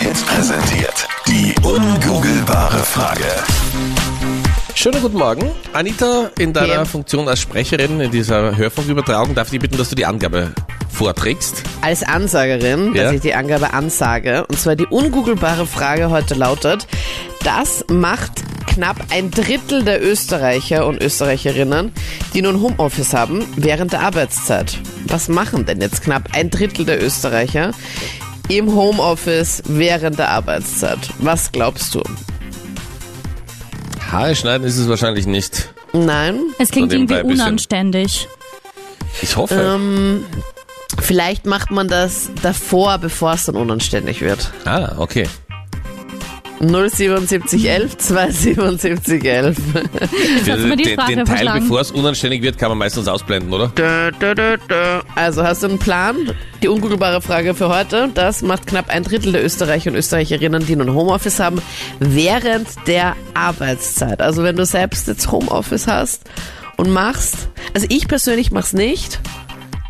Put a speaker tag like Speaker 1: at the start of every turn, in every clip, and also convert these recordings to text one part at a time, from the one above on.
Speaker 1: Hits präsentiert die ungoogelbare Frage.
Speaker 2: Schönen guten Morgen. Anita, in deiner
Speaker 3: Ja.
Speaker 2: Funktion als Sprecherin in dieser Hörfunkübertragung darf ich dich bitten, dass du die Angabe vorträgst.
Speaker 3: Als Ansagerin,
Speaker 2: Ja.
Speaker 3: dass ich die Angabe ansage. Und zwar die ungoogelbare Frage heute lautet, das macht knapp ein Drittel der Österreicher und Österreicherinnen, die nun Homeoffice haben, während der Arbeitszeit. Was machen denn jetzt knapp ein Drittel der Österreicher im Homeoffice während der Arbeitszeit? Was glaubst du?
Speaker 2: Haare schneiden ist es wahrscheinlich nicht.
Speaker 3: Nein?
Speaker 4: Es klingt
Speaker 2: So nebenbei
Speaker 4: irgendwie
Speaker 2: ein bisschen.
Speaker 4: unanständig.
Speaker 2: Ich hoffe.
Speaker 3: Ähm, Vielleicht macht man das davor, bevor es dann unanständig wird.
Speaker 2: Ah, okay.
Speaker 3: 07711 27711.
Speaker 4: Kannst du mir die
Speaker 2: den,
Speaker 4: Frage
Speaker 2: den Teil,
Speaker 4: vorschlagen?
Speaker 2: bevor es unanständig wird, kann man meistens ausblenden, oder?
Speaker 3: Dö, dö, dö, dö. Also hast du einen Plan? Die ungoogelbare Frage für heute. Das macht knapp ein Drittel der Österreicher und Österreicherinnen, die nun Homeoffice haben, während der Arbeitszeit. Also wenn du selbst jetzt Homeoffice hast und machst, also ich persönlich mach's nicht.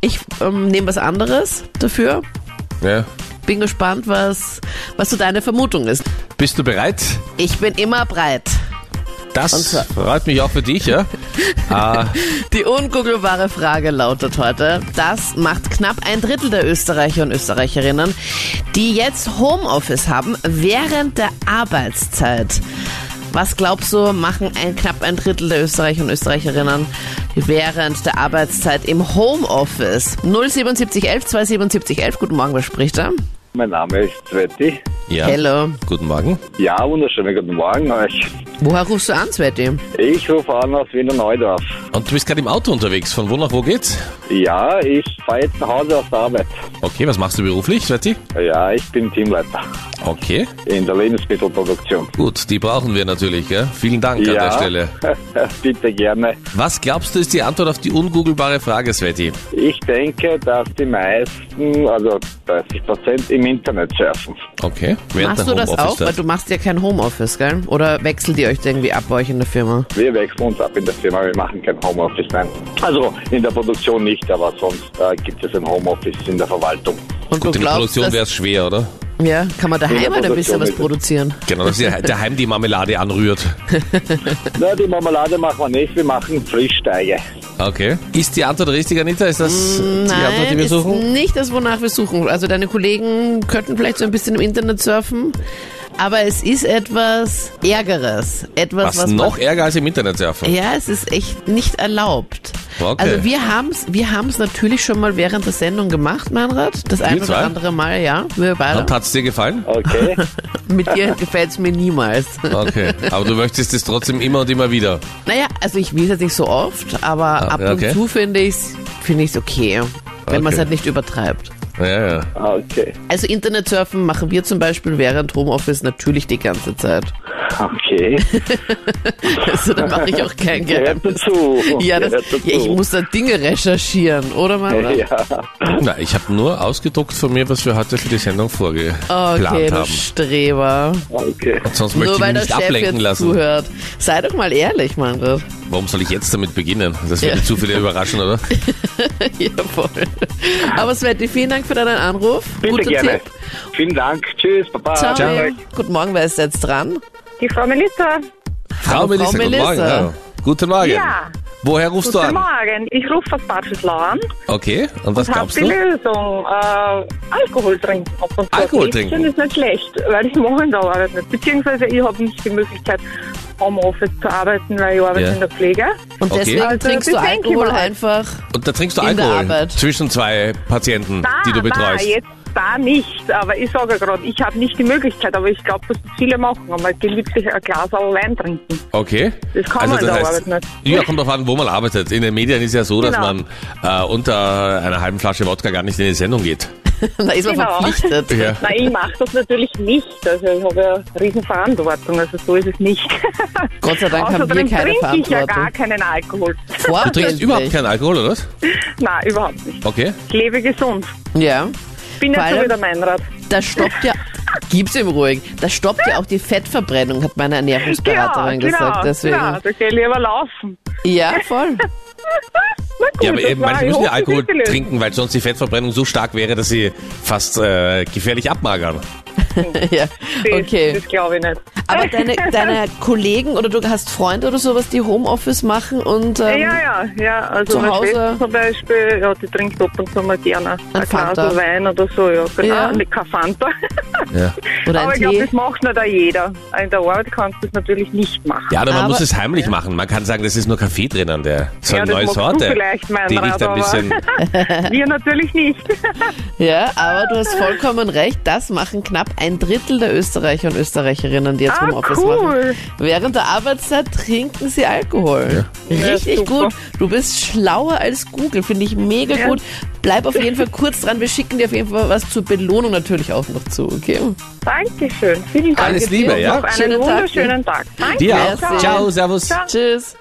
Speaker 3: Ich ähm, nehme was anderes dafür.
Speaker 2: Ja.
Speaker 3: Bin gespannt, was, was so deine Vermutung ist.
Speaker 2: Bist du bereit?
Speaker 3: Ich bin immer breit. Und
Speaker 2: Das
Speaker 3: zwar-
Speaker 2: freut mich auch für dich, ja? ah,
Speaker 3: Die ungoogelbare Frage lautet heute, das macht knapp ein Drittel der Österreicher und Österreicherinnen, die jetzt Homeoffice haben, während der Arbeitszeit. Was glaubst du, machen ein, knapp ein Drittel der Österreicher und Österreicherinnen während der Arbeitszeit im Homeoffice? 07711 27711, guten Morgen, wer spricht da?
Speaker 5: Mein Name ist Sveti.
Speaker 2: ja.
Speaker 3: Hello.
Speaker 2: Guten Morgen.
Speaker 5: Ja, wunderschönen guten Morgen euch.
Speaker 3: Woher rufst du an, Sveti?
Speaker 5: Ich rufe an aus Wiener Neudorf.
Speaker 2: Und du bist gerade im Auto unterwegs. Von wo nach wo geht's?
Speaker 5: Ja, ich fahre jetzt nach Hause aus der Arbeit.
Speaker 2: Okay, was machst du beruflich, Sveti?
Speaker 5: Ja, ich bin Teamleiter
Speaker 2: Okay.
Speaker 5: in der Lebensmittelproduktion.
Speaker 2: Gut, die brauchen wir natürlich, ja? Vielen Dank an der
Speaker 5: ja,
Speaker 2: Stelle.
Speaker 5: bitte gerne.
Speaker 2: Was glaubst du, ist die Antwort auf die ungoogelbare Frage, Sveti?
Speaker 5: Ich denke, dass die meisten, also 30 Prozent, im Internet surfen.
Speaker 2: Okay. Während
Speaker 3: Machst
Speaker 2: der
Speaker 3: du das auch?
Speaker 2: Homeoffice-Zeit.
Speaker 3: Weil du machst ja kein Homeoffice, gell? Oder wechselt ihr euch da irgendwie ab bei euch in der Firma?
Speaker 5: Wir wechseln uns ab in der Firma, wir machen kein Homeoffice, nein. Also in der Produktion nicht, aber sonst äh, gibt es ein Homeoffice in der Verwaltung.
Speaker 3: Und
Speaker 2: Gut,
Speaker 3: du
Speaker 2: in der
Speaker 3: glaubst,
Speaker 2: Produktion
Speaker 3: dass-
Speaker 2: wäre es schwer, oder?
Speaker 3: Ja, kann man daheim
Speaker 5: Ja,
Speaker 3: halt ein bisschen
Speaker 5: Produktion
Speaker 3: was
Speaker 5: bitte.
Speaker 3: produzieren.
Speaker 2: Genau, dass ihr daheim die Marmelade anrührt.
Speaker 5: Na, die Marmelade machen wir nicht, wir machen Frischsteige.
Speaker 2: Okay. Ist die Antwort richtig, Anita? Ist das die Antwort, die
Speaker 3: Nein,
Speaker 2: wir
Speaker 3: ist
Speaker 2: suchen?
Speaker 3: nicht das, wonach wir suchen. Also deine Kollegen könnten vielleicht so ein bisschen im Internet surfen, aber es ist etwas Ärgeres. Etwas,
Speaker 2: Was,
Speaker 3: was, man-
Speaker 2: noch ärger als im Internet surfen.
Speaker 3: Ja, es ist echt nicht erlaubt.
Speaker 2: Okay.
Speaker 3: Also wir haben's, wir haben's natürlich schon mal während der Sendung gemacht, Meinrad. Das ein
Speaker 2: zwei?
Speaker 3: oder andere Mal, ja. Wir
Speaker 2: Und
Speaker 3: beide.
Speaker 2: hat's dir gefallen?
Speaker 5: Okay?
Speaker 3: Mit dir gefällt's mir niemals.
Speaker 2: Okay. Aber du möchtest es trotzdem immer und immer wieder.
Speaker 3: Naja, also ich will es nicht so oft, aber ab
Speaker 2: Ah, ja, okay.
Speaker 3: und zu finde ich's, finde ich's okay. Wenn
Speaker 2: Okay.
Speaker 3: man es halt nicht übertreibt.
Speaker 2: Ja, ja.
Speaker 5: Okay.
Speaker 3: Also Internetsurfen machen wir zum Beispiel während Homeoffice natürlich die ganze Zeit.
Speaker 5: Okay.
Speaker 3: Also da mache ich auch kein
Speaker 5: Gehört
Speaker 3: Geheimnis.
Speaker 5: dazu.
Speaker 3: Ja, das,
Speaker 5: Gehört dazu.
Speaker 3: ja, ich muss da Dinge recherchieren, oder Mann?
Speaker 5: Ja.
Speaker 2: Na, ich habe nur ausgedruckt von mir, was wir heute für die Sendung vorgeplant
Speaker 3: Okay, du
Speaker 2: haben.
Speaker 3: Streber.
Speaker 5: Okay.
Speaker 2: Sonst möchte
Speaker 3: Nur
Speaker 2: ich
Speaker 3: weil
Speaker 2: mich
Speaker 3: der
Speaker 2: nicht
Speaker 3: Chef
Speaker 2: ablenken
Speaker 3: jetzt
Speaker 2: lassen.
Speaker 3: zuhört. Sei doch mal ehrlich, Manfred.
Speaker 2: Warum soll ich jetzt damit beginnen? Das wird
Speaker 3: Ja.
Speaker 2: ja. zu viele überraschen, oder?
Speaker 3: Jawohl. Aber Sveti, vielen Dank für deinen Anruf.
Speaker 5: Bitte
Speaker 3: Guter
Speaker 5: gerne.
Speaker 3: Tipp.
Speaker 5: Vielen Dank. Tschüss. Baba.
Speaker 3: Ciao. Guten Morgen, wer ist jetzt dran?
Speaker 6: Die Frau Melissa.
Speaker 2: Frau
Speaker 3: Frau
Speaker 2: Melissa, guten
Speaker 3: Melissa.
Speaker 2: Morgen. Ja. Guten Morgen.
Speaker 6: Ja.
Speaker 2: Woher rufst du
Speaker 6: Guten
Speaker 2: an?
Speaker 6: Morgen. Ich rufe aus Bad Schüsslau an
Speaker 2: Okay, und was
Speaker 6: und habe
Speaker 2: glaubst
Speaker 6: die
Speaker 2: du?
Speaker 6: Lösung. Äh, Alkohol trinken. Ab und zu.
Speaker 2: Alkohol
Speaker 6: Ein bisschen
Speaker 2: trinken.
Speaker 6: ist nicht schlecht, weil ich mache in der Arbeit nicht. Beziehungsweise ich habe nicht die Möglichkeit, Homeoffice zu arbeiten, weil ich arbeite
Speaker 2: Ja.
Speaker 6: in der Pflege.
Speaker 3: Und
Speaker 2: Okay.
Speaker 3: deswegen
Speaker 6: Also,
Speaker 3: trinkst du
Speaker 6: das denke ich
Speaker 3: Alkohol
Speaker 6: mal.
Speaker 3: einfach.
Speaker 2: Und da trinkst du
Speaker 3: In der
Speaker 2: Alkohol
Speaker 3: Arbeit.
Speaker 2: zwischen zwei Patienten,
Speaker 6: Da,
Speaker 2: die du
Speaker 6: da,
Speaker 2: betreust.
Speaker 6: jetzt da nicht. Aber ich sage ja gerade, ich habe nicht die Möglichkeit, aber ich glaube, dass das viele machen. Aber gemütlich ein Glas Wein trinken.
Speaker 2: okay. Also
Speaker 6: Das kann man in
Speaker 2: das
Speaker 6: der
Speaker 2: heißt,
Speaker 6: Arbeit nicht.
Speaker 2: Ja, kommt drauf an, wo man arbeitet. In den Medien ist ja so, dass
Speaker 6: Genau.
Speaker 2: man äh, unter einer halben Flasche Wodka gar nicht in die Sendung geht.
Speaker 3: Da ist man
Speaker 6: Genau.
Speaker 3: verpflichtet.
Speaker 2: Ja.
Speaker 6: Nein, ich mache das natürlich nicht. Also ich habe ja riesen Verantwortung, also so ist es nicht.
Speaker 3: Gott sei Dank haben wir
Speaker 6: Außerdem
Speaker 3: keine
Speaker 6: trinke ich ja gar
Speaker 3: Verantwortung.
Speaker 6: keinen Alkohol.
Speaker 2: Du trinkst überhaupt keinen Alkohol, oder? was?
Speaker 6: Nein, überhaupt nicht.
Speaker 2: Okay.
Speaker 6: Ich lebe gesund.
Speaker 3: Ja.
Speaker 6: Bin
Speaker 3: Vor
Speaker 6: jetzt schon
Speaker 3: allem-
Speaker 6: wieder Meinrad.
Speaker 3: Das stoppt ja. Gib's ihm ruhig. Das stoppt ja auch die Fettverbrennung, hat meine Ernährungsberaterin gesagt. Deswegen.
Speaker 6: genau. Da gehe ich lieber laufen.
Speaker 3: Ja, voll.
Speaker 6: Na gut,
Speaker 2: Ja, aber
Speaker 6: das
Speaker 2: eben,
Speaker 6: war-
Speaker 2: manche
Speaker 6: ich
Speaker 2: müssen
Speaker 6: hoffe,
Speaker 2: ja Alkohol
Speaker 6: sie gelöst.
Speaker 2: trinken, weil sonst die Fettverbrennung so stark wäre, dass sie fast äh, gefährlich abmagern.
Speaker 6: machen.
Speaker 3: ja,
Speaker 6: Das,
Speaker 3: okay.
Speaker 6: Das glaube ich nicht.
Speaker 3: Aber deine, deine Kollegen oder du hast Freunde oder sowas, die Homeoffice machen und ähm,
Speaker 6: ja, ja, ja. Also
Speaker 3: zu
Speaker 6: meine
Speaker 3: Hause-
Speaker 6: Schwester zum Beispiel, ja, die trinkt ab und zu mal gerne
Speaker 3: Ein
Speaker 6: ein
Speaker 3: Fanta.
Speaker 6: Glas Wein oder so, ja. Genau,
Speaker 3: Ja.
Speaker 6: nicht kein Fanta.
Speaker 2: Ja.
Speaker 3: oder ein
Speaker 6: Aber ich glaube,
Speaker 3: Tee.
Speaker 6: das macht nicht auch jeder. In der Arbeit kannst du das natürlich nicht machen.
Speaker 2: Ja, aber man
Speaker 3: Aber-
Speaker 2: muss es heimlich machen. Man kann sagen, das ist nur Kaffee drinnen, der so
Speaker 6: Ja,
Speaker 2: eine
Speaker 6: das
Speaker 2: neue
Speaker 6: magst du
Speaker 2: Sorte,
Speaker 6: vielleicht, mein
Speaker 2: äh, die riecht
Speaker 6: Rat,
Speaker 2: ein bisschen.
Speaker 6: Wir natürlich nicht.
Speaker 3: Ja, aber du hast vollkommen recht, das machen knapp ein Drittel der Österreicher und Österreicherinnen, die jetzt
Speaker 6: Ah,
Speaker 3: Homeoffice
Speaker 6: cool.
Speaker 3: machen. Während der Arbeitszeit trinken sie Alkohol. Richtig
Speaker 6: Ja, super.
Speaker 3: gut. Du bist schlauer als Google, finde ich mega
Speaker 6: Ja.
Speaker 3: gut. Bleib auf jeden Fall kurz dran, wir schicken dir auf jeden Fall was zur Belohnung natürlich auch noch zu, okay?
Speaker 6: Dankeschön. Vielen Dank.
Speaker 2: Alles Liebe, ja?
Speaker 6: Noch einen
Speaker 3: Schönen Tag dir.
Speaker 6: wunderschönen Tag. Danke.
Speaker 2: Dir auch.
Speaker 3: Merci.
Speaker 2: Ciao, servus.
Speaker 6: Ciao.
Speaker 3: Tschüss.